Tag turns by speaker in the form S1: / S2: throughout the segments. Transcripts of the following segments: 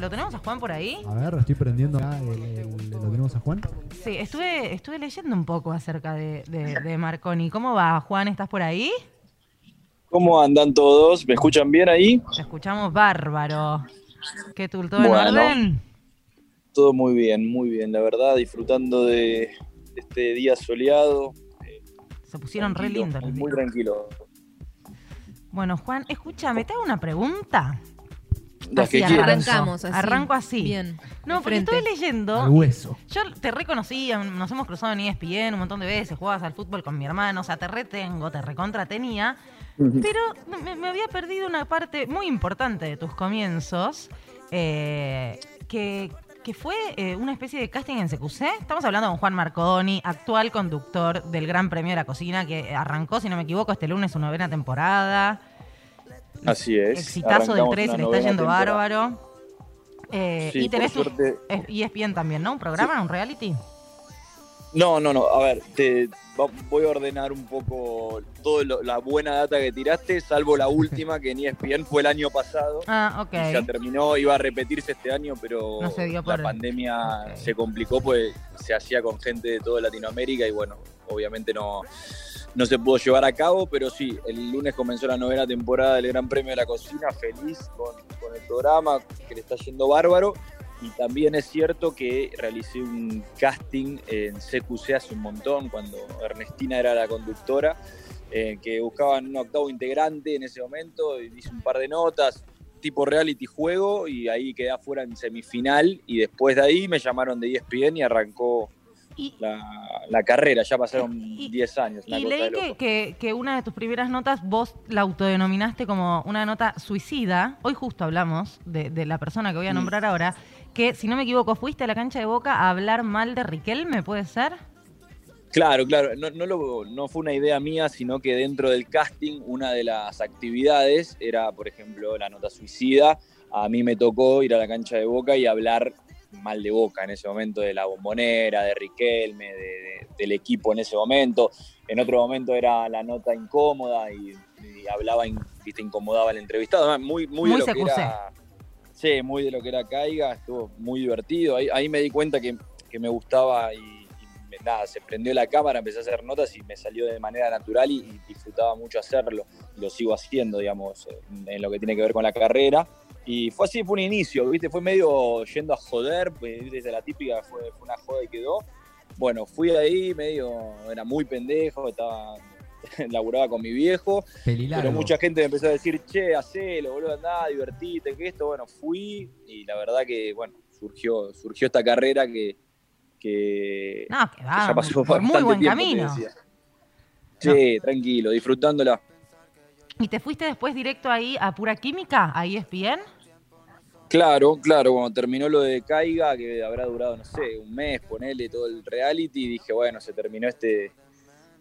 S1: ¿Lo tenemos a Juan por
S2: Ah.
S1: ahí?
S3: A ver, estoy prendiendo acá. el- el- ¿Lo tenemos a Juan?
S1: Sí, estuve, estuve leyendo un poco acerca de, de- de Marconi. ¿Cómo va, Juan? ¿Estás por ahí?
S2: ¿Cómo andan todos? ¿Me escuchan bien ahí?
S1: Te escuchamos bárbaro. ¿Qué tú, todo
S2: Bueno.
S1: en orden?
S2: Todo muy bien, muy bien, la verdad, disfrutando de este día soleado.
S1: Se pusieron re
S2: tranquilo,
S1: lindos los
S2: Muy
S1: días.
S2: tranquilo.
S1: Bueno, Juan, escúchame, te hago una pregunta.
S2: Las
S1: Así
S2: que quieran.
S1: arranca.
S4: Arrancamos así.
S1: Arranco así.
S4: Bien.
S1: No,
S4: de
S1: porque
S4: frente.
S1: estuve leyendo.
S3: Al hueso.
S1: Yo te reconocía, nos hemos cruzado en E ESPN un montón de veces, jugabas al fútbol con mi hermano, o sea, te retengo, te recontra tenía, pero me, me había perdido una parte muy importante de tus comienzos, eh, que, que fue eh, una especie de casting en CQC. Estamos hablando con Juan Marconi, actual conductor del Gran Premio de la Cocina, que arrancó, si no me equivoco, este lunes su novena temporada.
S2: Así es.
S1: Exitazo del
S2: Arrancamos
S1: 13,
S2: una
S1: le está
S2: novena
S1: yendo
S2: temporada.
S1: bárbaro. Eh,
S2: Sí,
S1: y tenés
S2: por
S1: tu-
S2: suerte-
S1: es- E ESPN también, ¿no? ¿Un programa, un reality?
S2: No, no, no. A ver, te va- voy a ordenar un poco toda la buena data que tiraste, salvo la última que ni ESPN fue el año pasado.
S1: Ah,
S2: y Ya
S1: ok.
S2: terminó, iba a repetirse este año, pero
S1: No se dio por-
S2: la pandemia
S1: ok.
S2: se complicó, pues se hacía con gente de toda Latinoamérica y bueno, obviamente no, no se pudo llevar a cabo, pero sí, el lunes comenzó la novena temporada del Gran Premio de la Cocina, feliz con, con el programa, que le está yendo bárbaro. Y también es cierto que realicé un casting en CQC hace un montón, cuando Ernestina era la conductora, eh, que buscaban un octavo integrante en ese momento, y hice un par de notas, tipo reality juego y ahí quedé afuera en semifinal y después de ahí me llamaron de E ESPN y arrancó
S1: Y,
S2: la, la carrera, ya pasaron
S1: Y-
S2: 10 años. una
S1: y
S2: cosa de
S1: leí
S2: loco.
S1: que, que- que una de tus primeras notas vos la autodenominaste como una nota suicida. Hoy justo hablamos de, de la persona que voy a
S2: Mm.
S1: nombrar ahora, que si no me equivoco fuiste a la cancha de Boca a hablar mal de Riquelme, ¿puede ser?
S2: Claro, claro, no, no, lo- no fue una idea mía, sino que dentro del casting una de las actividades era, por ejemplo, la nota suicida. A mí me tocó ir a la cancha de Boca y hablar mal de Boca en ese momento, de la bombonera, de Riquelme, de- de- del equipo en ese momento. En otro momento era la nota incómoda y, y hablaba, in- viste, incomodaba el entrevistado. Además, Muy,
S1: Muy
S2: muy, de lo que
S1: CQC.
S2: era. Sí, muy de lo que era Caiga, estuvo muy divertido. Ahí, ahí me di cuenta que, que me gustaba y, y me- nada, se prendió la cámara, empecé a hacer notas y me salió de manera natural y, y disfrutaba mucho hacerlo. Lo sigo haciendo, digamos, en, en lo que tiene que ver con la carrera. Y fue así, fue un inicio, ¿viste? Fue medio yendo a joder, pues, desde la típica fue, fue una joda y quedó. Bueno, fui ahí, medio, era muy pendejo, estaba, laburaba con mi viejo
S5: Pelilargo.
S2: pero mucha gente me empezó a decir, che, hacelo, boludo, andá, divertite, que esto, bueno, fui y la verdad que, bueno, surgió, surgió esta carrera que, que,
S1: No, que
S2: que
S1: va,
S2: ya pasó
S1: por Ah, muy
S2: bastante
S1: buen
S2: tiempo, te
S1: camino.
S2: decía. Che, tranquilo, disfrutándola.
S1: ¿Y te fuiste después directo ahí a Pura Química, a E ESPN?
S2: Claro, claro, cuando terminó lo de Caiga, que habrá durado, no sé, un mes, ponele todo el reality, dije, bueno, se terminó este,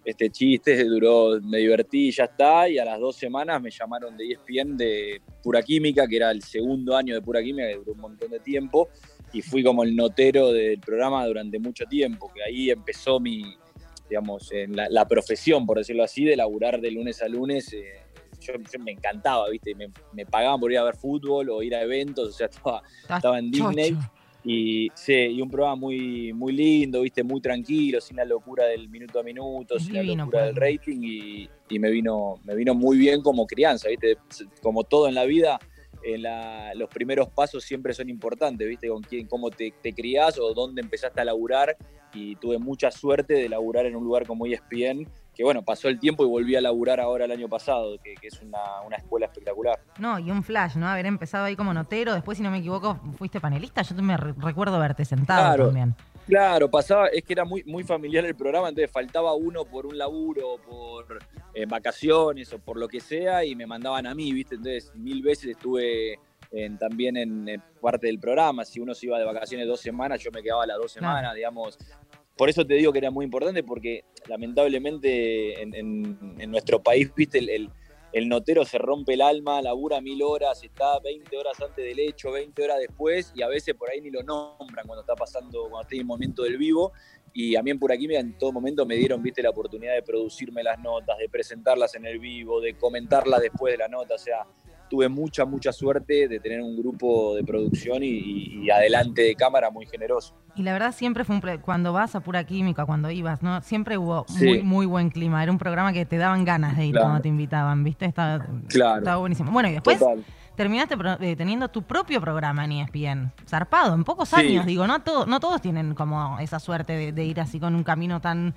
S2: este chiste, duró, me divertí, ya está, y a las dos semanas me llamaron de E ESPN de Pura Química, que era el segundo año de Pura Química, que duró un montón de tiempo, y fui como el notero del programa durante mucho tiempo, que ahí empezó mi, digamos, en la, la profesión, por decirlo así, de laburar de lunes a lunes. eh, yo, yo me encantaba, ¿viste? Me, me pagaban por ir a ver fútbol o ir a eventos, o sea, estaba,
S1: Estabas
S2: estaba en Disney.
S1: chocho.
S2: Y, sí, y un programa muy, muy lindo, viste, muy tranquilo, sin la locura del minuto a minuto,
S1: Es
S2: sin la
S1: divino,
S2: locura del
S1: Pablo.
S2: rating, y, y me vino, me vino muy bien como crianza, viste, como todo en la vida, en la- los primeros pasos siempre son importantes, viste, con quién, cómo te, te criás o dónde empezaste a laburar, y tuve mucha suerte de laburar en un lugar como E ESPN, que bueno, pasó el tiempo y volví a laburar ahora el año pasado, que, que es una, una escuela espectacular.
S1: No, y un flash, ¿no? Haber empezado ahí como notero, después, si no me equivoco, fuiste panelista. Yo me re- recuerdo verte sentado
S2: Claro.
S1: también.
S2: Claro, pasaba, es que era muy, muy familiar el programa, entonces faltaba uno por un laburo, o por eh, vacaciones o por lo que sea, y me mandaban a mí, ¿viste? Entonces mil veces estuve en- también en, eh, parte del programa, si uno se iba de vacaciones dos semanas, yo me quedaba las dos
S1: Claro.
S2: semanas, digamos. Por eso te digo que era muy importante, porque lamentablemente en, en- en nuestro país, ¿viste? El, el- el notero se rompe el alma, labura mil horas, está 20 horas antes del hecho, 20 horas después, y a veces por ahí ni lo nombran cuando está pasando, cuando está en el momento del vivo. Y a mí en Pura Química en todo momento me dieron, viste, la oportunidad de producirme las notas, de presentarlas en el vivo, de comentarlas después de la nota. O sea, tuve mucha, mucha suerte de tener un grupo de producción y, y- y adelante de cámara muy generoso.
S1: Y la verdad siempre fue un pre- cuando vas a pura química, cuando ibas, ¿no? Siempre hubo
S2: Sí.
S1: muy, muy buen clima. Era un programa que te daban ganas de ir
S2: Claro.
S1: cuando te invitaban, ¿viste? Estaba,
S2: Claro.
S1: estaba buenísimo. Bueno, y después
S2: Total.
S1: terminaste pro- eh, teniendo tu propio programa en E ESPN. Zarpado, en pocos
S2: Sí.
S1: años, digo, no todos, no todos tienen como esa suerte de, de ir así con un camino tan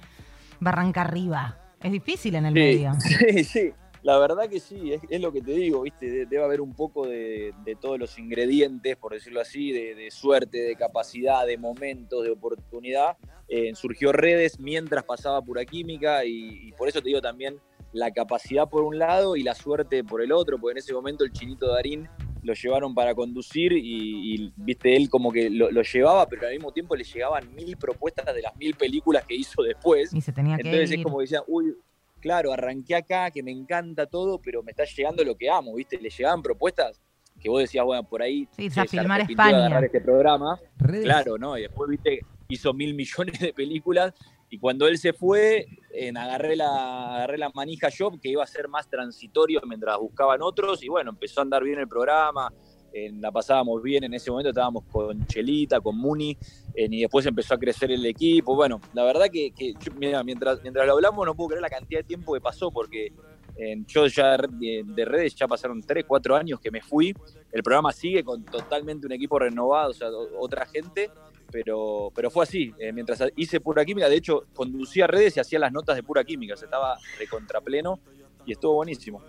S1: barranca arriba. Es difícil en el
S2: Sí,
S1: medio.
S2: sí, sí. La verdad que sí, es, es lo que te digo, ¿viste? De- Debe haber un poco de, de todos los ingredientes, por decirlo así, de, de suerte, de capacidad, de momentos, de oportunidad. Eh, surgió redes mientras pasaba pura química y, y por eso te digo también la capacidad por un lado y la suerte por el otro, porque en ese momento el chinito Darín lo llevaron para conducir y, y, viste, él como que lo, lo llevaba, pero al mismo tiempo le llegaban mil propuestas de las mil películas que hizo después.
S1: Y se tenía que
S2: Entonces
S1: ir.
S2: es como que decía, uy, claro, arranqué acá, que me encanta todo, pero me está llegando lo que amo, ¿viste? Le llegaban propuestas que vos decías, bueno, por ahí.
S1: Sí,
S2: se
S1: a filmar
S2: zarpó Pintura de
S1: España.
S2: agarrar este programa,
S3: Redes.
S2: claro, ¿no? Y después, viste, hizo mil millones de películas. Y cuando él se fue, en agarré, la, agarré la manija yo, que iba a ser más transitorio mientras buscaban otros. Y bueno, empezó a andar bien el programa. en- la pasábamos bien, en ese momento estábamos con Chelita, con Muni, eh, y después empezó a crecer el equipo. Bueno, la verdad que, que yo- mira, mientras, mientras lo hablamos no puedo creer la cantidad de tiempo que pasó, porque eh, yo ya de, de redes ya pasaron 3, 4 años que me fui. El programa sigue con totalmente un equipo renovado, o sea, o- otra gente, pero, pero fue así. Eh, mientras hice pura química, de hecho, conducía redes y hacía las notas de pura química, o sea, estaba de contrapleno y estuvo buenísimo.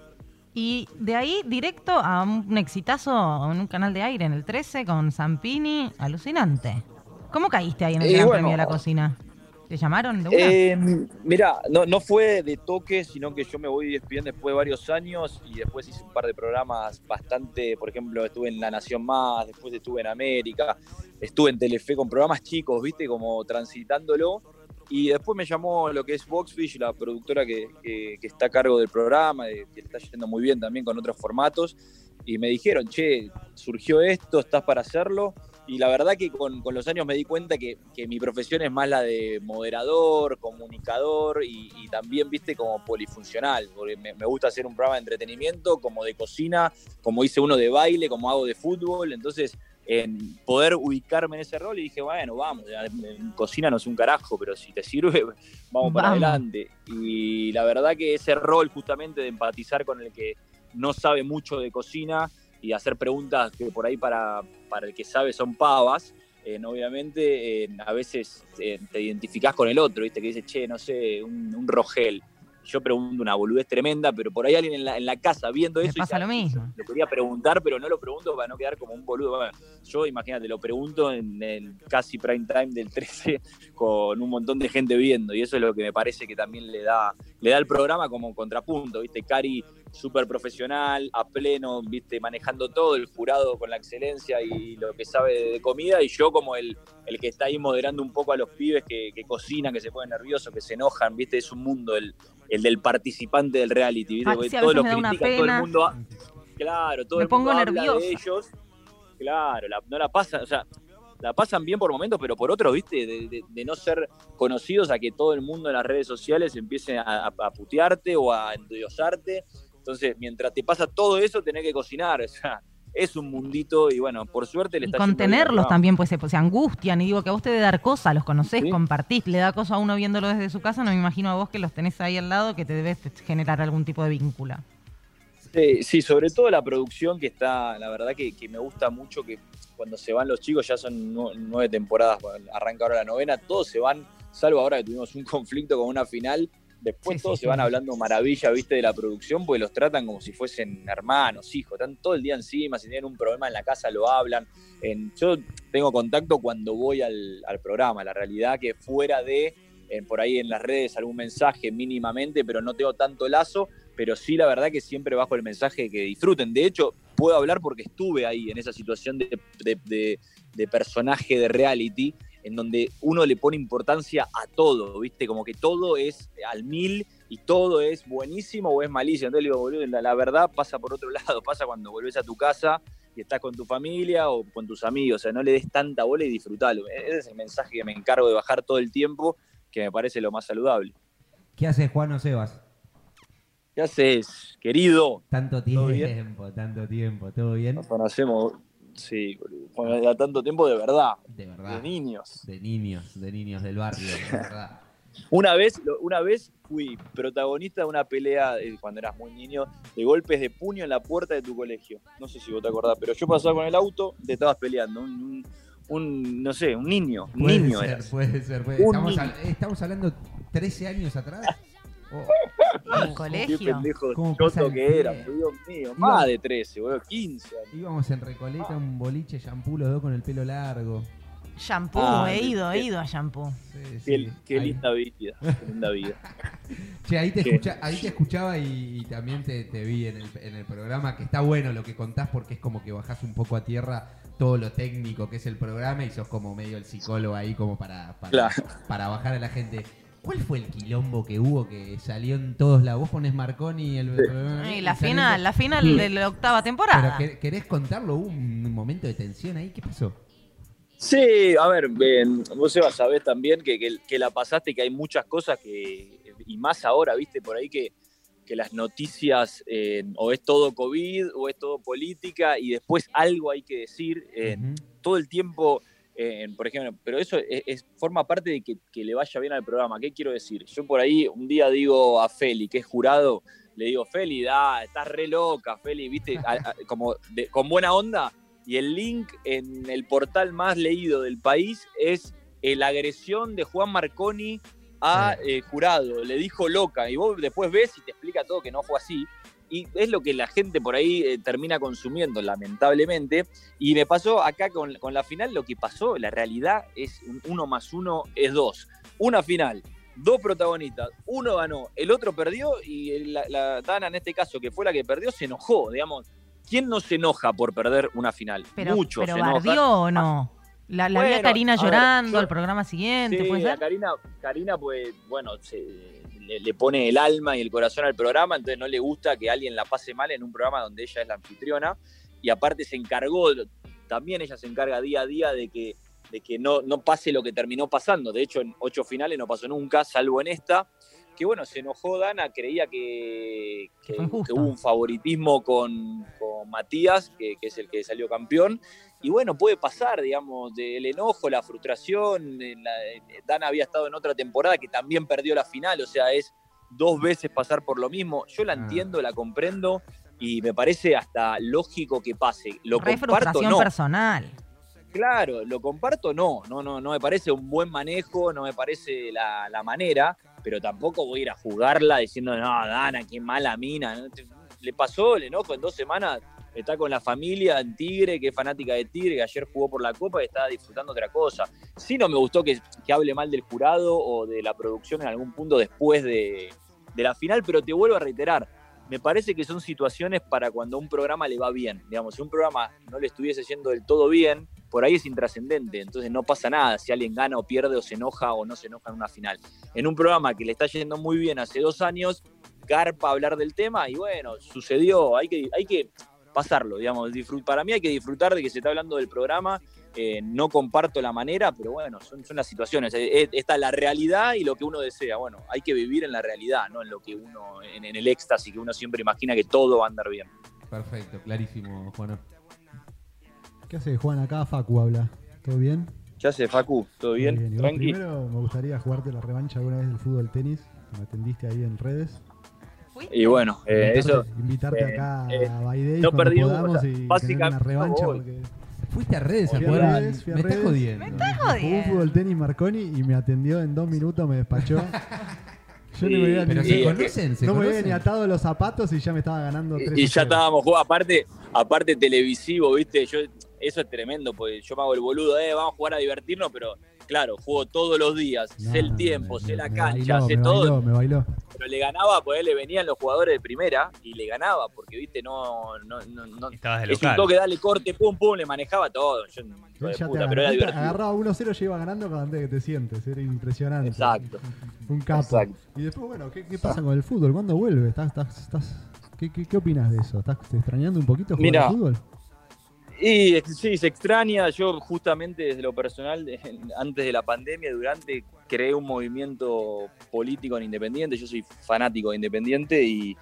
S1: Y de ahí directo a un exitazo en un canal de aire en el 13 con Zampini, alucinante. ¿Cómo caíste ahí en el
S2: Y
S1: Gran
S2: Eh, bueno. oh. Eh,
S1: Premio de la Cocina? ¿Te llamaron de una?
S2: mira, no, no fue de toque, sino que yo me voy despidiendo después de varios años y después hice un par de programas bastante, por ejemplo, estuve en La Nación Más, después estuve en América, estuve en Telefe con programas chicos, viste, como transitándolo. Y después me llamó lo que es Boxfish, la productora que, que- que está a cargo del programa, de- que le está yendo muy bien también con otros formatos. Y me dijeron, che, surgió esto, estás para hacerlo. Y la verdad que con, con los años me di cuenta que, que mi profesión es más la de moderador, comunicador y, y también, viste, como polifuncional. Porque me, me gusta hacer un programa de entretenimiento, como de cocina, como hice uno de baile, como hago de fútbol. Entonces, en poder ubicarme en ese rol y dije, bueno, vamos, ya, en cocina no es un carajo, pero si te sirve, vamos, para
S1: Vamos.
S2: adelante. Y la verdad que ese rol justamente de empatizar con el que no sabe mucho de cocina y hacer preguntas que por ahí para, para el que sabe son pavas, eh, obviamente eh, a veces eh, te identificás con el otro, ¿viste? Que dice, che, no sé, un, un rogel. Yo pregunto una boludez tremenda, pero por ahí alguien en la, en la casa viendo
S1: Me
S2: eso. y
S1: pasa
S2: dice,
S1: lo mismo.
S2: lo quería preguntar, pero no lo pregunto para no quedar como un boludo. Bueno, yo, imagínate, lo pregunto en el casi prime time del 13 con un montón de gente viendo, y eso es lo que me parece que también le da le da el programa como contrapunto, ¿viste? Cari súper profesional, a pleno, ¿viste? Manejando todo, el jurado con la excelencia y lo que sabe de comida, y yo como el, el que está ahí moderando un poco a los pibes que, que cocinan, que se ponen nerviosos, que se enojan, ¿viste? Es un mundo el, el del participante del reality, ¿viste?
S1: Ah,
S2: Porque
S1: sí, a
S2: todos
S1: veces
S2: los
S1: me da una
S2: critican, todo
S1: pena.
S2: el mundo... ha- Claro, todo
S1: Me
S2: el mundo
S1: pongo
S2: habla
S1: nerviosa.
S2: de ellos. Claro, la- no la pasan, o sea, la pasan bien por momentos, pero por otros, ¿viste? De- de- de no ser conocidos a que todo el mundo en las redes sociales empiece a, a- a putearte o a endiosarte. Entonces, mientras te pasa todo eso, tenés que cocinar. O sea, es un mundito y bueno, por suerte le
S1: Y
S2: está yendo bien al
S1: contenerlos
S2: programa.
S1: también, pues se, se angustian. Y digo que a vos te debe dar cosa, los conocés,
S2: Sí.
S1: compartís, le da cosa a uno viéndolo desde su casa. No me imagino a vos que los tenés ahí al lado que te debes generar algún tipo de vínculo.
S2: Sí, sí, sobre todo la producción que está, la verdad que, que me gusta mucho que cuando se van los chicos, ya son nue- nueve temporadas, bueno, arranca ahora la novena, todos se van, salvo ahora que tuvimos un conflicto con una final, después
S1: Sí,
S2: todos
S1: sí,
S2: se
S1: sí.
S2: van hablando maravilla, viste, de la producción, porque los tratan como si fuesen hermanos, hijos, están todo el día encima, si tienen un problema en la casa lo hablan. En- yo tengo contacto cuando voy al, al programa, la realidad que fuera de, eh, por ahí en las redes, algún mensaje mínimamente, pero no tengo tanto lazo pero sí la verdad que siempre bajo el mensaje de que disfruten. De hecho, puedo hablar porque estuve ahí en esa situación de, de- de- de personaje de reality, en donde uno le pone importancia a todo, ¿viste? Como que todo es al mil y todo es buenísimo o es malísimo. Entonces le digo, boludo, la, la verdad pasa por otro lado, pasa cuando volvés a tu casa y estás con tu familia o con tus amigos, o sea, no le des tanta bola y disfrutalo. E-, Ese es el mensaje que me encargo de bajar todo el tiempo, que me parece lo más saludable.
S4: ¿Qué hace Juan Sebas?
S2: ¿Qué haces, querido?
S4: Tanto
S2: ¿Todo bien?
S4: tiempo, tanto tiempo, ¿todo bien?
S2: Nos conocemos, sí, boludo. Bueno, ya tanto tiempo de verdad,
S4: De
S2: de
S4: verdad.
S2: niños.
S4: De niños, de niños del barrio, de verdad.
S2: Una vez, lo- una vez fui protagonista de una pelea, eh, cuando eras muy niño, de golpes de puño en la puerta de tu colegio. No sé si vos te acordás, pero yo pasaba con el auto, te estabas peleando. Un, un- un, no sé, un niño. Un
S4: Puede
S2: niño
S4: ser,
S2: eras.
S4: puede ser, puede-
S2: Un
S4: Estamos,
S2: niño.
S4: hab- estamos hablando 13 años atrás. Oh,
S1: En
S2: Qué
S1: colegio.
S2: pendejo
S4: ¿Cómo pasa
S2: choto
S4: el
S2: que era,
S4: pibe?
S2: Dios mío. Más de 13, boludo, 15 años.
S4: íbamos en Recoleta, un boliche, shampoo, los dos con el pelo largo.
S1: Shampoo,
S2: Ah,
S1: he
S2: qué-
S1: ido, he
S2: qué-
S1: ido a shampoo.
S4: Sí,
S2: Qué,
S4: sí,
S2: qué
S4: ahí.
S2: linda vida, qué linda vida.
S4: Che, ahí te,
S2: Qué-
S4: escucha- ahí te escuchaba y, y también te, te vi en el, en el programa, que está bueno lo que contás porque es como que bajás un poco a tierra todo lo técnico que es el programa y sos como medio el psicólogo ahí como para, para,
S2: Claro.
S4: para bajar a la gente. ¿Cuál fue el quilombo que hubo que salió en todos lados? Vos ponés Marconi el...
S2: eh,
S1: Y la
S4: salió-
S1: final, la final de la octava
S4: Pero
S1: temporada.
S4: que- querés contarlo, hubo un momento de tensión ahí, ¿qué pasó?
S2: Sí, a ver, ven, vos Seba sabés también que, que- que la pasaste, que hay muchas cosas que, y más ahora, viste, por ahí que, que las noticias eh, o es todo COVID o es todo política y después algo hay que decir eh,
S4: Ujú.
S2: todo el tiempo, eh, por ejemplo, pero eso es, es- forma parte de que, que le vaya bien al programa. ¿Qué quiero decir? Yo por ahí un día digo a Feli, que es jurado, le digo, Feli, da, estás re loca, Feli, viste, A- a- como de- con buena onda. Y el link en el portal más leído del país es eh, la agresión de Juan Marconi a eh, jurado. Le dijo loca. Y vos después ves y te explica todo que no fue así. Y es lo que la gente por ahí eh, termina consumiendo, lamentablemente. Y me pasó acá con, con la final lo que pasó. La realidad es un uno más uno es dos. Una final, dos protagonistas. Uno ganó, el otro perdió y el- la, la Dana, en este caso, que fue la que perdió, se enojó. Digamos, ¿quién no se enoja por perder una final?
S1: Pero,
S2: Muchos
S1: pero
S2: se enojan.
S1: bardió o no. La, la vi a
S2: Bueno,
S1: Karina
S2: a ver,
S1: llorando
S2: yo-
S1: al programa siguiente,
S2: Sí,
S1: ¿puede
S2: a
S1: ser?
S2: Karina, Karina, pues, bueno, se- le, le pone el alma y el corazón al programa, entonces no le gusta que alguien la pase mal en un programa donde ella es la anfitriona. Y aparte se encargó, también ella se encarga día a día de que, de que no, no pase lo que terminó pasando. De hecho, en ocho finales no pasó nunca, salvo en esta. Que bueno, se enojó Dana, creía que, que-
S1: fue injusto.
S2: que hubo un favoritismo con, con Matías, que- que es el que salió campeón. Y bueno, puede pasar, digamos, del enojo, la frustración. eh, la- eh, Dana había estado en otra temporada que también perdió la final, o sea, es dos veces pasar por lo mismo. Yo la
S4: Ah.
S2: entiendo, la comprendo y me parece hasta lógico que pase. Lo
S1: Re
S2: comparto,
S1: frustración
S2: no.
S1: personal.
S2: Claro, lo comparto, no. No, no, no me parece un buen manejo, no me parece la, la manera, pero tampoco voy a ir a jugarla diciendo, no, Dana, qué mala mina. ¿no? Te- Le pasó el enojo en dos semanas. Está con la familia en Tigre, que es fanática de Tigre, que ayer jugó por la Copa y estaba disfrutando otra cosa. Sí no me gustó que, que hable mal del jurado o de la producción en algún punto después de, de la final, pero te vuelvo a reiterar, me parece que son situaciones para cuando a un programa le va bien. Digamos, si un programa no le estuviese yendo del todo bien, por ahí es intrascendente, entonces no pasa nada si alguien gana o pierde o se enoja o no se enoja en una final. En un programa que le está yendo muy bien hace dos años, garpa hablar del tema y bueno, sucedió, hay que, hay que pasarlo, digamos, disfrut- para mí hay que disfrutar de que se está hablando del programa, eh, no comparto la manera, pero bueno, son, son las situaciones, Eh, eh, está la realidad y lo que uno desea, bueno, hay que vivir en la realidad, no en lo que uno, en, en el éxtasis que uno siempre imagina que todo va a andar bien.
S4: Perfecto, clarísimo, Juan.
S3: ¿Qué hace Juan acá? Facu habla. ¿Todo bien?
S2: ¿Qué hace Facu? ¿Todo
S3: Muy
S2: bien?
S3: ¿Y vos
S2: Tranqui.
S3: Primero me gustaría jugarte la revancha alguna vez del fútbol tenis. que Me atendiste ahí en redes.
S2: Y bueno, eh,
S3: invitarte,
S2: eso...
S3: invitarte
S2: eh,
S3: acá
S2: eh,
S3: a By Day
S2: no
S3: cuando
S2: perdí una,
S3: podamos
S2: o
S3: y
S2: sea,
S3: tener una
S2: básicamente
S3: revancha
S2: voy.
S3: porque
S4: Fuiste a redes, ¿se
S3: Fui a
S4: acuerdan?
S3: redes, fui a
S4: Me estás
S3: redes.
S4: jodiendo.
S1: Me estás
S3: jugó
S1: jodiendo.
S3: fútbol tenis Marconi y me atendió en dos minutos, me despachó. Yo no me había,
S4: Pero
S3: ni-
S4: se
S2: Y-
S4: conocen, se
S3: no me había
S4: conocen.
S3: ni atado los zapatos y ya me estaba ganando tres
S2: Y, y
S3: a
S2: ya
S3: cero.
S2: estábamos jugando, aparte, aparte televisivo, ¿viste? Yo, eso es tremendo, porque yo me hago el boludo, eh, vamos a jugar a divertirnos, pero claro, juego todos los días,
S3: No,
S2: sé el
S3: no,
S2: tiempo,
S3: me-
S2: sé
S3: me-
S2: la
S3: me
S2: cancha,
S3: bailó,
S2: sé
S3: me
S2: todo,
S3: Bailó, me bailó.
S2: pero le ganaba, pues le venían los jugadores de primera y le ganaba, porque, ¿viste? No, no, no, no.
S5: Estabas de
S2: Es un
S5: local.
S2: toque, dale corte, pum, pum, le manejaba todo. Yo, hijo
S3: Él
S2: de
S3: ya te
S2: puta,
S3: agarra-
S2: pero era
S3: él te
S2: divertido.
S3: agarraba 1-0 y iba ganando cada antes que te sientes. Era impresionante.
S2: Exacto.
S3: Un capo.
S2: Exacto.
S3: Y después, bueno, ¿qué, qué pasa con el fútbol? ¿Cuándo vuelve? ¿Estás, estás, estás, qué, qué, qué opinas de eso? ¿Estás te extrañando un poquito jugar
S2: Mira,
S3: al fútbol?
S2: Y eh, sí, se extraña. Yo justamente desde lo personal, en- antes de la pandemia, durante, creé un movimiento político en Independiente. Yo soy fanático de Independiente y,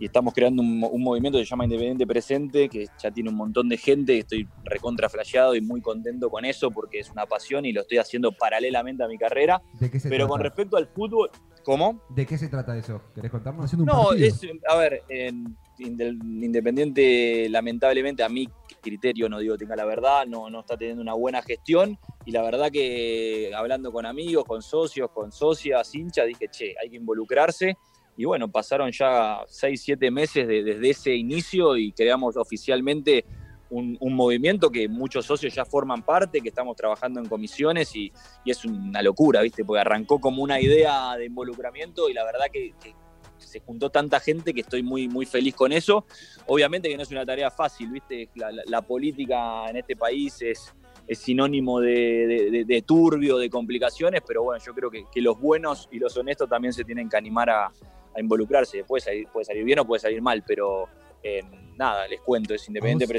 S2: y estamos creando un, un movimiento que se llama Independiente Presente, que ya tiene un montón de gente, estoy recontra flasheado y muy contento con eso porque es una pasión y lo estoy haciendo paralelamente a mi carrera.
S4: ¿De qué se
S2: Pero
S4: trata?
S2: con respecto al fútbol, ¿cómo?
S4: ¿De qué se trata eso? ¿Querés contarnos?
S3: haciendo un
S2: No,
S3: partido.
S2: es, a ver, en Inde- Independiente lamentablemente a mi criterio, no digo tenga la verdad, no, no está teniendo una buena gestión y la verdad que hablando con amigos, con socios, con socias, hinchas, dije, che, hay que involucrarse y bueno, pasaron ya 6, 7 meses de- desde ese inicio y creamos oficialmente un, un movimiento que muchos socios ya forman parte, que estamos trabajando en comisiones y, y es una locura, ¿viste? Porque arrancó como una idea de involucramiento y la verdad que, que se juntó tanta gente que estoy muy, muy feliz con eso. Obviamente que no es una tarea fácil, ¿viste? La, la- la política en este país es, es sinónimo de, de- de- de turbio, de complicaciones, pero bueno, yo creo que, que los buenos y los honestos también se tienen que animar a, a involucrarse. Puede salir, puede salir bien o puede salir mal, pero eh, nada, les cuento, es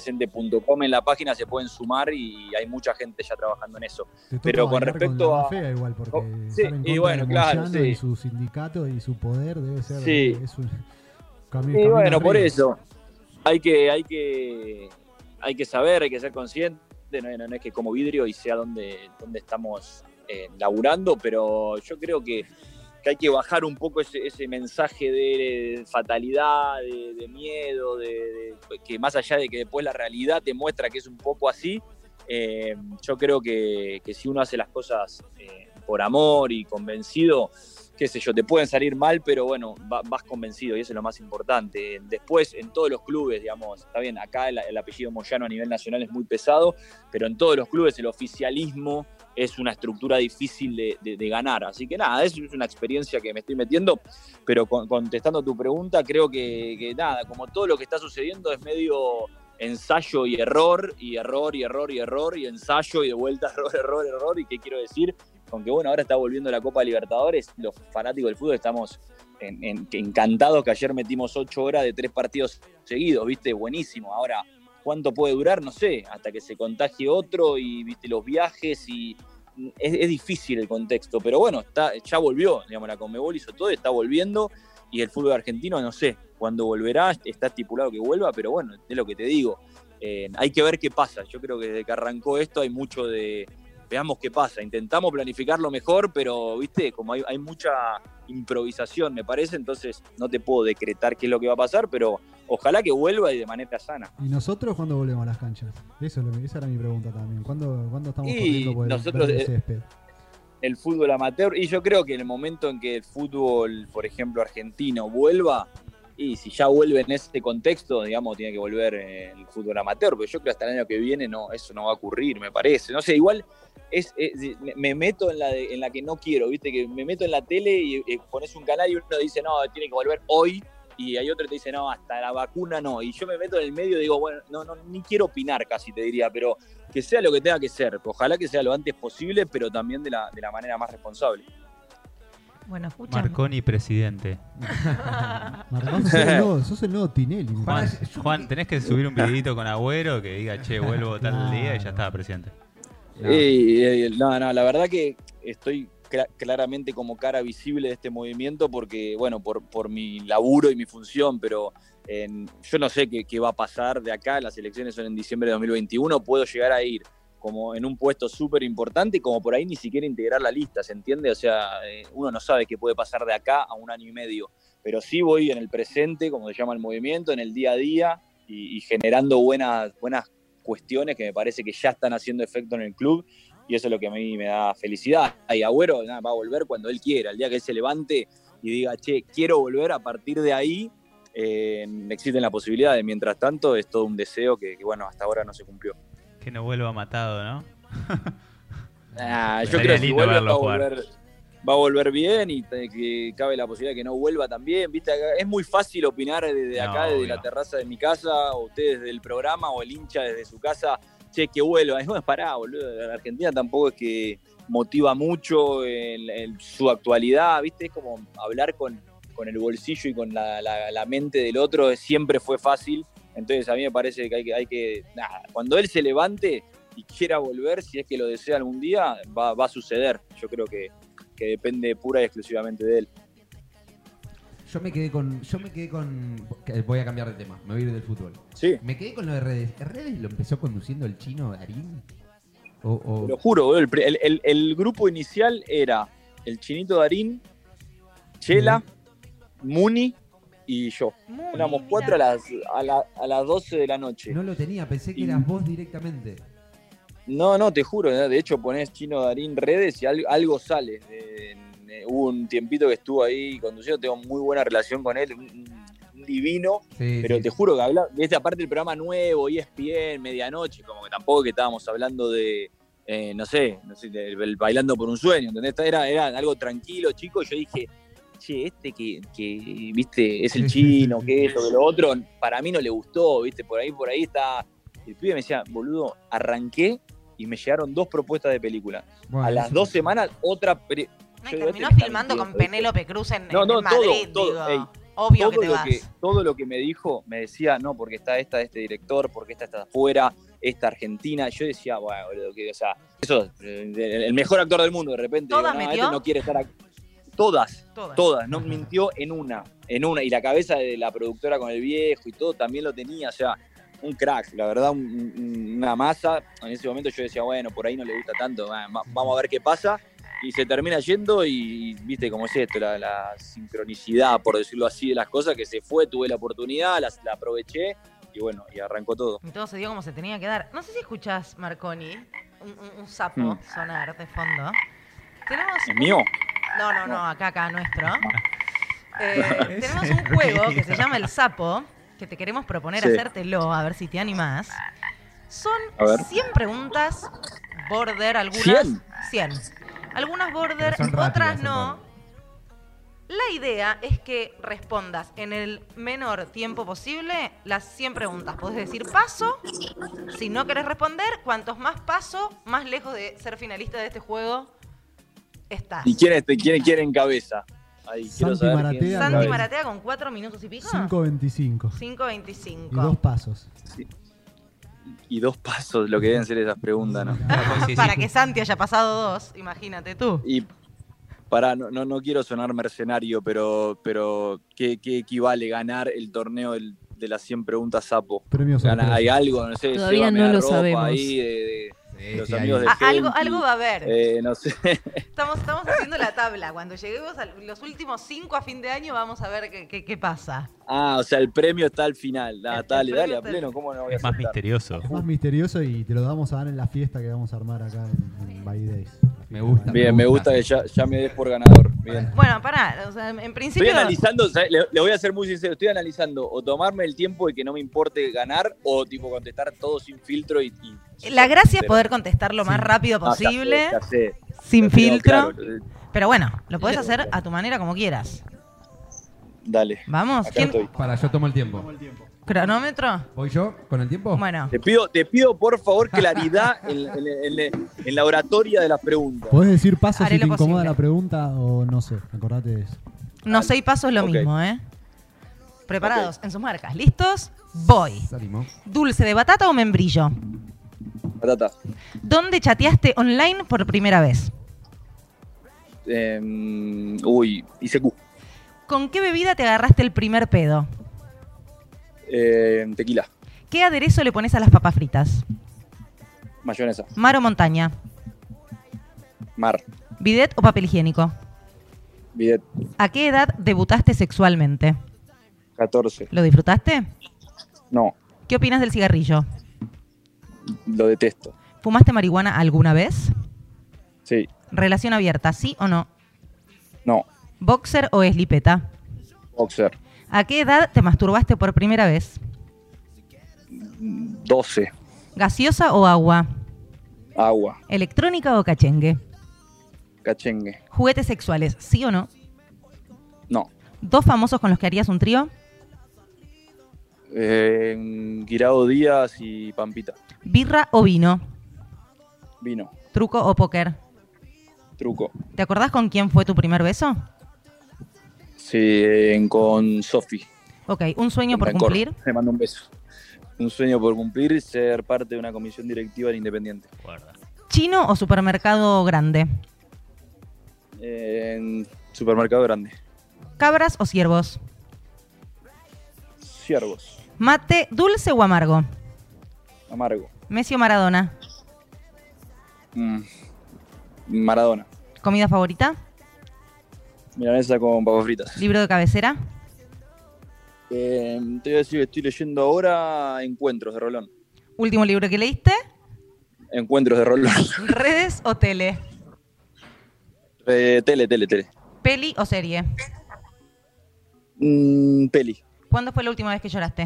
S2: independientepresente.com en la página, se pueden sumar y hay mucha gente ya trabajando en eso.
S3: Te toca
S2: pero con
S3: bailar
S2: respecto
S3: la
S2: a-
S3: fea igual, porque
S2: Oh,
S3: estar
S2: sí,
S3: en contra
S2: y bueno,
S3: de
S2: claro,
S3: Moyano
S2: sí.
S3: y su sindicato y su poder debe ser.
S2: Sí.
S3: Es un, cami-
S2: Y
S3: camina
S2: bueno, por
S3: arriba.
S2: eso hay que, hay que, hay que saber, hay que ser consciente, no, no- no es que como vidrio y sea donde, donde estamos eh, laburando, pero yo creo que, que hay que bajar un poco ese, ese mensaje de fatalidad, de, de miedo, de, de- que más allá de que después la realidad te muestra que es un poco así, eh, yo creo que, que si uno hace las cosas eh, por amor y convencido, qué sé yo, te pueden salir mal, pero bueno, va- vas convencido y eso es lo más importante. Después, en todos los clubes, digamos, está bien, acá el, el apellido Moyano a nivel nacional es muy pesado, pero en todos los clubes el oficialismo es una estructura difícil de, de- de ganar. Así que nada, es una experiencia que me estoy metiendo, pero con- contestando tu pregunta, creo que, que nada, como todo lo que está sucediendo es medio ensayo y error, y error, y error, y error, y ensayo, y de vuelta error, error, error, y qué quiero decir, aunque bueno, ahora está volviendo la Copa Libertadores, los fanáticos del fútbol estamos en- en- que encantados que ayer metimos ocho horas de tres partidos seguidos, viste, buenísimo. Ahora, ¿cuánto puede durar? No sé, hasta que se contagie otro y viste los viajes y es, es difícil el contexto, pero bueno, está, ya volvió, digamos, la Conmebol hizo todo, está volviendo y el fútbol argentino, no sé, cuándo volverá, está estipulado que vuelva, pero bueno, es lo que te digo. Eh, hay que ver qué pasa. Yo creo que desde que arrancó esto hay mucho de, veamos qué pasa. Intentamos planificarlo mejor, pero, viste, como hay, hay mucha improvisación, me parece, entonces no te puedo decretar qué es lo que va a pasar, pero ojalá que vuelva y de manera sana.
S3: ¿Y nosotros cuándo volvemos a las canchas? Eso es lo que- esa era mi pregunta también. ¿Cuándo, cuándo estamos
S2: Y
S3: corriendo por el,
S2: nosotros,
S3: verde
S2: eh,
S3: césped?
S2: El fútbol amateur, y yo creo que en el momento en que el fútbol, por ejemplo, argentino vuelva, y si ya vuelve en este contexto, digamos, tiene que volver eh, el fútbol amateur, pero yo creo que hasta el año que viene no, eso no va a ocurrir, me parece. No sé, igual es, es- me- me meto en la, de- en la que no quiero, ¿viste? Que me meto en la tele y eh, pones un canal y uno dice, no, tiene que volver hoy, y hay otro que te dice, no, hasta la vacuna no. Y yo me meto en el medio y digo, bueno, no, no, ni quiero opinar casi, te diría, pero que sea lo que tenga que ser. Ojalá que sea lo antes posible, pero también de la, de la manera más responsable.
S1: Bueno, escucha.
S5: Marconi presidente.
S3: Marcos, sos el nuevo, sos el nuevo Tinelli. me
S5: Juan,
S3: parece.
S5: Juan, tenés que subir un videito con Agüero que diga, che, vuelvo tal día y ya está, presidente.
S4: No.
S2: Y, eh, no, no, la verdad que estoy cla- claramente como cara visible de este movimiento porque, bueno, por, por mi laburo y mi función, pero en- yo no sé qué, qué va a pasar de acá, las elecciones son en diciembre de 2021, puedo llegar a ir como en un puesto súper importante, y como por ahí ni siquiera integrar la lista, ¿se entiende? O sea, eh, uno no sabe qué puede pasar de acá a un año y medio, pero sí voy en el presente, como se llama el movimiento, en el día a día y, y generando buenas, buenas cuestiones que me parece que ya están haciendo efecto en el club y eso es lo que a mí me da felicidad. Y Agüero nada, va a volver cuando él quiera, el día que él se levante y diga, che, quiero volver a partir de ahí, eh, existen las posibilidades. Mientras tanto, es todo un deseo que, que, bueno, hasta ahora no se cumplió.
S5: Que no vuelva matado, ¿no?
S2: Ah, yo creo
S5: Estaría
S2: que si
S5: lindo
S2: vuelve, va
S5: verlo
S2: a
S5: jugar.
S2: volver, va a volver bien y te- que cabe la posibilidad de que no vuelva también. ¿viste? Acá- Es muy fácil opinar desde
S5: No,
S2: acá, desde
S5: obvio.
S2: la terraza de mi casa, o usted desde el programa, o el hincha desde su casa. Che, que vuelva. Es bueno, pará, boludo. La Argentina tampoco es que motiva mucho en, en su actualidad, ¿viste? Es como hablar con, con el bolsillo y con la, la- la mente del otro, siempre fue fácil. Entonces a mí me parece que hay que, hay que nada, cuando él se levante y quiera volver, si es que lo desea algún día, va, va a suceder. Yo creo que, que depende pura y exclusivamente de él.
S4: Yo me quedé con. Yo me quedé con. que Voy a cambiar de tema, me voy a ir del fútbol.
S2: Sí,
S4: Me quedé con lo de redes. ¿Redes lo empezó conduciendo el chino Darín? O, o-
S2: lo juro, boludo, el, pri- el- el- el grupo inicial era el Chinito Darín, Chela, Muni y yo.
S1: Muy
S2: Éramos
S1: bien,
S2: cuatro a
S1: mirá.
S2: las, a, la- a las 12 de la noche.
S4: No lo tenía, pensé que eras vos directamente.
S2: No, no, te juro, ¿no? de hecho ponés Chino Darín redes y al- algo sale. Eh, eh, hubo un tiempito que estuvo ahí conduciendo, tengo muy buena relación con él, un- un- un divino,
S4: Sí,
S2: pero
S4: sí.
S2: te juro que hablaba, desde aparte el programa nuevo, E ESPN, medianoche, como que tampoco que estábamos hablando de, eh, no sé, no sé, del- del bailando por un sueño, ¿entendés? Era, era algo tranquilo, chico, y yo dije, che, este que, que, viste, es el
S4: Sí, sí, sí,
S2: chino,
S4: sí.
S2: que esto, que lo otro, para mí no le gustó, viste, por ahí, por ahí está. El pibe me decía, boludo, arranqué y me llegaron dos propuestas de película.
S4: Bueno,
S2: A las
S4: eso-
S2: dos semanas, otra... pre-
S1: No, y
S2: Yo digo,
S1: terminó
S2: este me está
S1: filmando con
S2: mintiendo,
S1: Penélope Cruz en,
S2: No,
S1: en
S2: no, todo,
S1: Madrid,
S2: todo,
S1: digo.
S2: ey,
S1: Obvio que
S2: todo
S1: te
S2: lo
S1: vas.
S2: que todo lo que me dijo me decía no porque está esta de este director porque esta está de afuera esta argentina yo decía bueno boludo, que, o sea eso eh, el mejor actor del mundo de repente
S1: ¿Todas
S2: digo, no,
S1: metió?
S2: este no quiere estar aquí. todas
S1: Todas.
S2: todas no mintió en una en una y la cabeza de la productora con el viejo y todo también lo tenía o sea un crack, la verdad, un- un- una masa. En ese momento yo decía, bueno, por ahí no le gusta tanto, va- va- vamos a ver qué pasa. Y se termina yendo y, viste cómo es esto, la, la sincronicidad, por decirlo así, de las cosas, que se fue, tuve la oportunidad, las- la aproveché y bueno, y arrancó todo.
S1: Y todo se dio como se tenía que dar. No sé si escuchás, Marconi, un, un- un sapo
S2: Hmm.
S1: sonar de fondo. Tenemos...
S2: ¿Es mío?
S1: No, no, no, acá, acá, nuestro. Eh,
S5: Ese
S1: tenemos un juego que se
S5: ruido.
S1: llama El Sapo, que te queremos proponer
S2: Sí.
S1: hacértelo, a ver si te animás. Son
S2: A ver.
S1: 100 preguntas border, algunas...
S2: ¿Cien?
S1: 100. Algunas border,
S4: Pero son
S1: otras
S4: rápidas,
S1: no.
S4: entonces.
S1: La idea es que respondas en el menor tiempo posible las 100 preguntas. Podés decir paso. Si no querés responder, cuantos más paso, más lejos de ser finalista de este juego estás.
S2: ¿Y este, quién, es- quién, quién encabeza? Ahí, quiero
S3: Santi
S2: saber quién
S3: Maratea.
S2: encabeza.
S1: Santi Maratea con 4 minutos y pico.
S3: 5.25. Y dos
S1: 5.25.
S3: pasos.
S2: Y dos pasos, lo que deben ser esas preguntas, ¿no?
S3: Ah,
S5: sí,
S1: Para
S5: sí.
S1: que Santi haya pasado dos, imagínate tú.
S2: Y para no, no, no quiero sonar mercenario, pero, pero ¿qué, qué equivale ganar el torneo del- de las 100 preguntas sapo?
S3: Premio
S2: Gana-
S3: sorpresa.
S2: ¿Hay algo? No sé,
S6: Todavía
S2: Seba me
S6: no
S2: da
S6: lo
S2: ropa
S6: sabemos.
S2: ahí de-
S4: Sí,
S2: los
S4: sí,
S2: amigos
S4: ahí.
S2: de-
S1: Ah, algo,
S2: gente.
S1: algo va a haber.
S2: de- eh, no sé.
S1: Estamos, estamos haciendo la tabla. Cuando lleguemos a los últimos cinco a fin de año, vamos a ver qué, qué- qué pasa.
S2: Ah, o sea, el premio está al final.
S1: El-
S2: Ah,
S1: el
S2: dale,
S1: premio
S2: dale, a
S1: está al-
S2: pleno. ¿Cómo no voy a
S5: Es más
S2: aceptar?
S5: misterioso.
S3: Es más misterioso y te lo vamos a dar en la fiesta que vamos a armar acá en, en By Days.
S4: Me gusta.
S2: Bien, me gusta que ya, ya me des por ganador. Bien.
S1: Bueno, pará. o sea, en
S2: Estoy
S1: principio.
S2: analizando, ¿sabes? le, le voy a ser muy sincero, estoy analizando o tomarme el tiempo y que no me importe ganar o tipo contestar todo sin filtro y... y-
S1: La gracia es poder contestar lo más rápido
S2: Ah, ya sé,
S1: posible,
S2: ya sé.
S1: sin
S2: Lo tengo
S1: filtro.
S2: claro. eh,
S1: Pero bueno, lo podés hacer a tu manera como quieras.
S2: Dale.
S1: Vamos,
S2: Acá
S1: ¿quién-
S2: estoy.
S4: Para, yo tomo el tiempo.
S1: ¿Cronómetro?
S4: ¿Voy yo con el
S3: Oh.
S4: tiempo?
S1: Bueno,
S2: Te pido, te pido por favor claridad en, en- en- en la oratoria de las preguntas.
S3: Podés decir pasos
S1: Haré
S3: si te
S1: lo
S3: incomoda
S1: posible.
S3: la pregunta o no sé. Acordate de eso.
S1: no seis pasos es lo
S2: Ok.
S1: mismo, ¿eh? Preparados, en sus marcas, listos, voy.
S4: Salimos.
S1: Dulce de batata o membrillo.
S2: Patata.
S1: ¿Dónde chateaste online por primera vez?
S2: Eh, uy, ICQ.
S1: ¿Con qué bebida te agarraste el primer pedo?
S2: Eh, tequila.
S1: ¿Qué aderezo le pones a las papas fritas?
S2: Mayonesa.
S1: ¿Mar o montaña?
S2: Mar.
S1: ¿Bidet o papel higiénico?
S2: Bidet.
S1: ¿A qué edad debutaste sexualmente?
S2: 14.
S1: ¿Lo disfrutaste?
S2: No,
S1: ¿Qué opinas del cigarrillo?
S2: lo detesto.
S1: ¿Fumaste marihuana alguna vez?
S2: Sí.
S1: ¿Relación abierta, sí o no?
S2: No.
S1: ¿Boxer o eslipeta?
S2: Boxer.
S1: ¿A qué edad te masturbaste por primera vez?
S2: 12.
S1: ¿Gaseosa o agua?
S2: Agua.
S1: ¿Electrónica o cachengue?
S2: Cachengue.
S1: ¿Juguetes sexuales, sí o no?
S2: No.
S1: ¿Dos famosos con los que harías un trío?
S2: Eh, Guirado Díaz y Pampita.
S1: ¿Birra o vino?
S2: Vino.
S1: ¿Truco o póker?
S2: Truco.
S1: ¿Te acordás con quién fue tu primer beso?
S2: Sí, eh, con Sofi.
S1: Ok, un sueño por
S2: Rancor.
S1: cumplir.
S2: Le mando un beso. Un sueño por cumplir, ser parte de una comisión directiva del Independiente.
S5: Guarda.
S1: ¿Chino o supermercado grande?
S2: Eh, en supermercado grande.
S1: cabras o ciervos.
S2: Ciervos.
S1: Mate dulce o amargo.
S2: Amargo.
S1: Messi o Maradona.
S2: Mm. Maradona.
S1: Comida favorita.
S2: Milanesa con papas fritas.
S1: Libro de cabecera.
S2: Eh, te voy a decir que estoy leyendo ahora Encuentros de Rolón.
S1: Último libro que leíste.
S2: Encuentros de Rolón.
S1: Redes o tele.
S2: Eh, tele, tele, tele.
S1: Peli o serie.
S2: Mm, peli.
S1: ¿Cuándo fue la última vez que lloraste?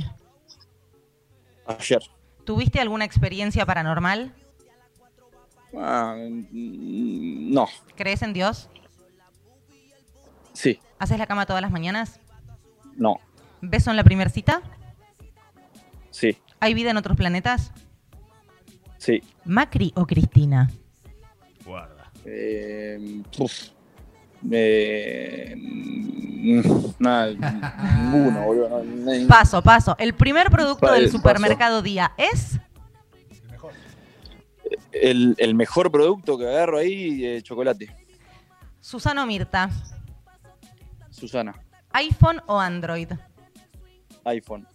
S2: Ayer.
S1: ¿Tuviste alguna experiencia paranormal?
S2: Ah, mm, no.
S1: ¿Crees en Dios?
S2: Sí.
S1: ¿Haces la cama todas las mañanas?
S2: No.
S1: ¿Beso en la primera cita?
S2: Sí.
S1: ¿Hay vida en otros planetas?
S2: Sí.
S1: ¿Macri o Cristina?
S5: Guarda.
S2: Eh, puf. Eh, mm, nada, ninguno, boludo. no, no-
S1: Paso, paso. El primer producto
S2: Vale,
S1: del
S2: paso.
S1: supermercado día es
S2: el, el mejor producto que agarro ahí, eh, chocolate.
S1: Susano Mirta.
S2: Susana,
S1: ¿iPhone o Android?
S2: iPhone.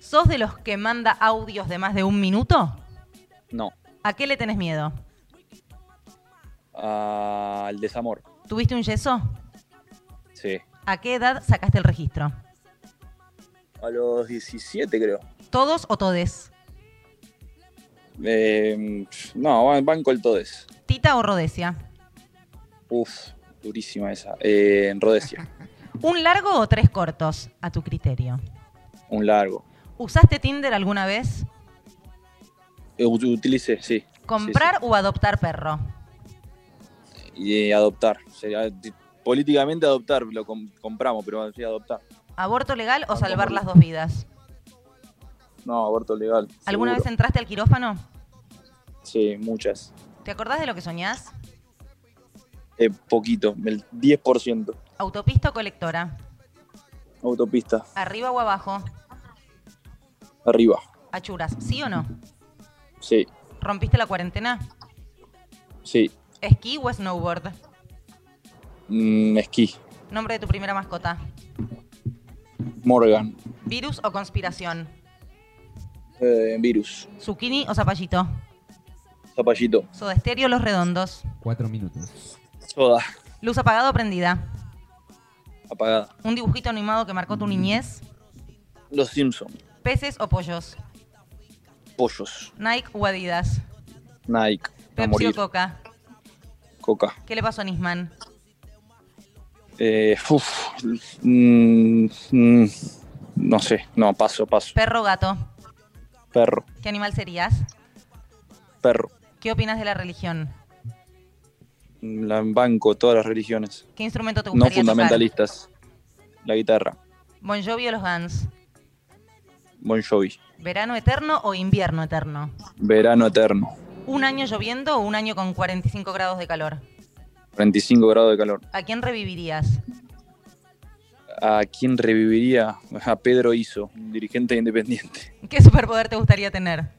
S1: ¿Sos de los que manda audios de más de un minuto?
S2: No.
S1: ¿A qué le tenés miedo?
S2: Ah, Al desamor.
S1: ¿Tuviste un yeso?
S2: Sí.
S1: ¿A qué edad sacaste el registro?
S2: A los 17 creo.
S1: ¿Todos o todes?
S2: Eh, no, ban- banco el todes.
S1: ¿Tita o Rodesia?
S2: Uf, durísima esa. Eh, en Rodesia.
S1: ¿Un largo o tres cortos? A tu criterio.
S2: Un largo.
S1: ¿Usaste Tinder alguna vez?
S2: Eh, ut- Utilice, sí.
S1: ¿Comprar o adoptar perro?
S2: Sí, sí. Y eh, adoptar. Sería, di- políticamente adoptar, lo com- compramos, pero sí adoptar.
S1: ¿Aborto legal o
S2: Ah,
S1: salvar
S2: como-
S1: las dos vidas?
S2: No, aborto legal.
S1: ¿Alguna vez
S2: seguro.
S1: entraste al quirófano?
S2: Sí, muchas.
S1: ¿Te acordás de lo que soñás?
S2: Eh, poquito, el 10%.
S1: ¿Autopista o colectora?
S2: Autopista,
S1: ¿Arriba o abajo?
S2: arriba.
S1: Achuras, ¿sí o no?
S2: Sí,
S1: ¿Rompiste la cuarentena?
S2: sí.
S1: ¿Esquí o snowboard?
S2: Mm, esquí.
S1: ¿Nombre de tu primera mascota?
S2: Morgan.
S1: ¿Virus o conspiración?
S2: Eh, virus.
S1: ¿Zucchini o zapallito?
S2: Zapallito.
S1: ¿Soda estéreo o los redondos?
S4: Cuatro minutos.
S2: Soda.
S1: ¿Luz apagada o prendida?
S2: Apagada.
S1: ¿Un dibujito animado que marcó tu niñez?
S2: Los Simpson.
S1: ¿Peces o pollos?
S2: Pollos.
S1: ¿Nike o Adidas?
S2: Nike. A
S1: ¿Pepsi o
S2: morir.
S1: Coca?
S2: Coca.
S1: ¿Qué le pasó a Nisman?
S2: Eh, uf, mm, mm, no sé, no, paso, paso.
S1: ¿Perro o gato?
S2: Perro,
S1: ¿Qué animal serías?
S2: perro.
S1: ¿Qué opinas de la religión?
S2: La banco, todas las religiones.
S1: ¿Qué instrumento te
S2: No
S1: gustaría
S2: fundamentalistas. La guitarra.
S1: tocar? ¿Bon Jovi o los Guns?
S2: Bon Jovi.
S1: ¿Verano eterno o invierno eterno?
S2: Verano eterno.
S1: ¿Un año lloviendo o un año con 45 grados de calor?
S2: 45 grados de calor.
S1: ¿A quién revivirías?
S2: ¿A quién reviviría? A Pedro Iso, un dirigente independiente.
S1: ¿Qué superpoder te gustaría tener?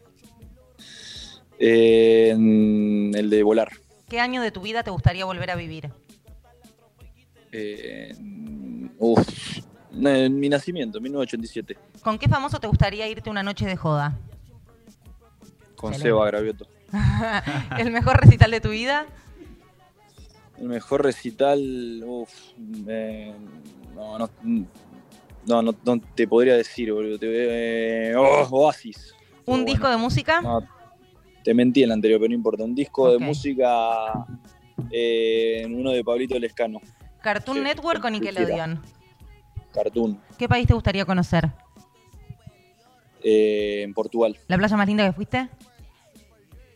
S2: Eh, mm, el de volar.
S1: ¿Qué año de tu vida te gustaría volver a vivir?
S2: Eh, mm, uf. Eh, Mi nacimiento, 1987.
S1: ¿Con qué famoso te gustaría irte una noche de joda?
S2: Con
S1: Excelente.
S2: Seba Gravioto.
S1: ¿El mejor recital de tu vida?
S2: El mejor recital, uff, no, no, no, no, no te podría decir, boludo. te- eh, oh, Oasis.
S1: ¿Un
S2: Pero
S1: disco de música?
S2: bueno, no, te mentí en la anterior, pero no importa. Un disco
S1: Ah. Ok.
S2: de música, eh, uno de Pablito Lescano,
S1: ¿Cartoon
S2: sí,
S1: Network o
S2: cualquiera.
S1: Nickelodeon?
S2: Cartoon,
S1: ¿Qué país te gustaría conocer?
S2: eh, en Portugal,
S1: ¿La playa más linda que fuiste?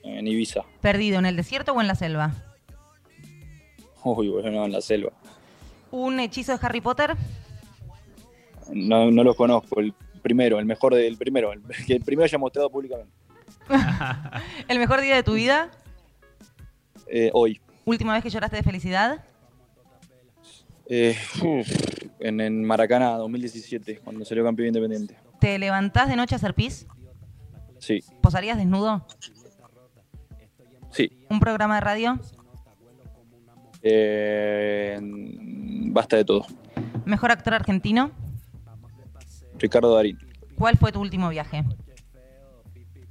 S2: en Ibiza.
S1: ¿Perdido en el desierto o en la selva?
S2: Uy, boludo, no, en la selva.
S1: ¿Un hechizo de Harry Potter?
S2: No, no los conozco. El primero, el mejor del primero, el que el primero haya mostrado públicamente.
S1: ¿El mejor día de tu vida?
S2: Eh, hoy.
S1: ¿Última vez que lloraste de felicidad?
S2: Eh, uf, en, en Maracaná, 2017, cuando salió campeón independiente.
S1: ¿Te levantás de noche a hacer pis?
S2: Sí,
S1: ¿Posarías desnudo?
S2: sí.
S1: ¿Un programa de radio?
S2: Eh, basta de todo.
S1: Mejor actor argentino.
S2: Ricardo Darín.
S1: ¿Cuál fue tu último viaje?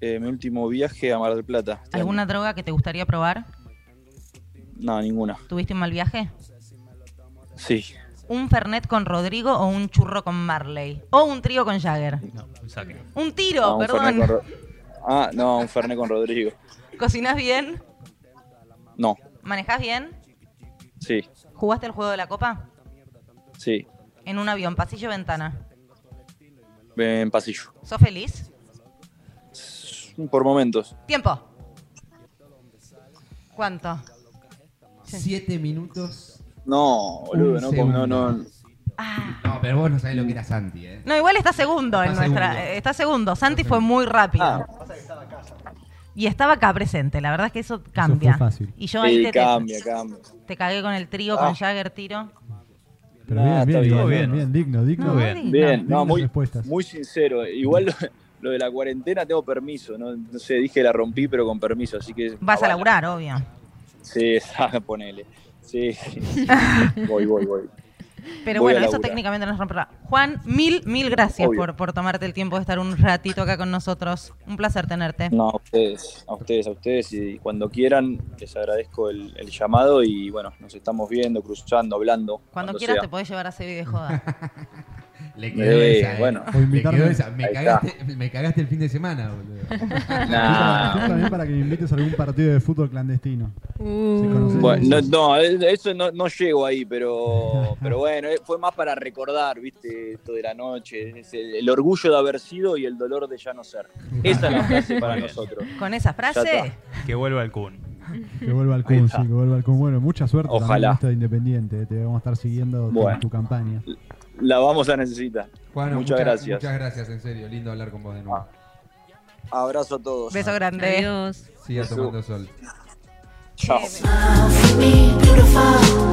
S2: Eh, mi último viaje a Mar del Plata. este
S1: ¿Alguna
S2: año.
S1: droga que te gustaría probar?
S2: No, ninguna.
S1: ¿Tuviste un mal viaje?
S2: Sí.
S1: ¿Un Fernet con Rodrigo o un churro con Marley? ¿O un trío con Jagger?
S5: No, un saque.
S1: Un tiro,
S2: Ah, un Fernet con
S1: perdón.
S2: Ro- Ah, no, un Fernet con Rodrigo.
S1: ¿Cocinas bien?
S2: No,
S1: ¿Manejás bien?
S2: sí,
S1: ¿Jugaste el juego de la copa?
S2: sí.
S1: En un avión, pasillo, ventana.
S2: En pasillo.
S1: ¿Sos feliz?
S2: Por momentos.
S1: Tiempo. ¿Cuánto?
S4: Siete minutos.
S2: No, boludo,
S4: Un
S2: no, como- no, no.
S1: Ah.
S4: No, pero vos no sabés lo que era Santi, ¿eh?
S1: No, igual está segundo en
S4: Está
S1: nuestra. eh,
S4: segundo.
S1: Está segundo. Santi fue muy rápido.
S2: Ah,
S1: Y estaba acá presente. La verdad es que eso cambia.
S3: fue fácil.
S1: Y yo ahí
S2: sí,
S1: te, te-
S2: cambia, cambia.
S1: te cagué con el trío,
S2: Ah.
S1: con Jagger tiro.
S3: Pero
S2: Ah,
S3: bien,
S2: está
S3: bien,
S2: bien.
S3: bien,
S5: Todo
S3: bien, bien,
S5: bien.
S3: digno, digno.
S1: No,
S5: bien.
S1: Adri,
S2: Bien,
S3: no,
S2: no, muy,
S3: respuestas.
S2: muy sincero. Igual lo, lo de la cuarentena tengo permiso, ¿no? no sé, dije la rompí, pero con permiso, así que...
S1: Vas a
S2: Ah, bueno.
S1: laburar, obvio.
S2: Sí, esa, ponele. Sí. voy, voy, voy.
S1: Pero
S2: Voy a
S1: bueno, eso
S2: laburar.
S1: técnicamente no es romperla. Juan, mil, mil gracias
S2: Obvio.
S1: por, por tomarte el tiempo de estar un ratito acá con nosotros. Un placer tenerte.
S2: No, a ustedes, a ustedes, a ustedes. Y cuando quieran, les agradezco el, el llamado y bueno, nos estamos viendo, cruzando, hablando.
S1: Cuando, quieras
S2: sea.
S1: te podés llevar a Sebi de joda.
S4: Le quedó
S2: Eh,
S4: esa, ¿eh?
S2: bueno.
S3: O
S4: Le
S3: invitarme.
S4: quedó esa. Me
S2: Ahí
S4: cagaste, me cagaste el fin de semana, boludo.
S3: Estoy
S2: Nah.
S3: también para que me invites a algún partido de fútbol clandestino. Si conocés
S2: Bueno, no,
S3: esos-
S2: no, eh, eso no, no llego ahí, pero, pero bueno, eh, fue más para recordar, viste, esto de la noche, es el, el orgullo de haber sido y el dolor de ya no ser. Esa es la frase para nosotros.
S1: Con esa
S2: Ya
S1: frase,
S2: está.
S5: Que vuelva el Kun.
S3: Que vuelva al Kun, sí,
S2: está.
S3: que vuelva al Kun. Bueno, mucha suerte también
S2: Ojalá.
S3: en esto de Independiente. eh, Te vamos a estar siguiendo tu-
S2: Bueno.
S3: tu campaña.
S2: La vamos a necesitar.
S4: Juano,
S2: Muchas gracias. Ah.
S4: Muchas gracias, en serio. Lindo hablar con vos de nuevo.
S2: Abrazo a todos.
S1: beso grande.
S6: Adiós.
S4: Siga tomando sol.
S2: Chao.
S7: Be beautiful.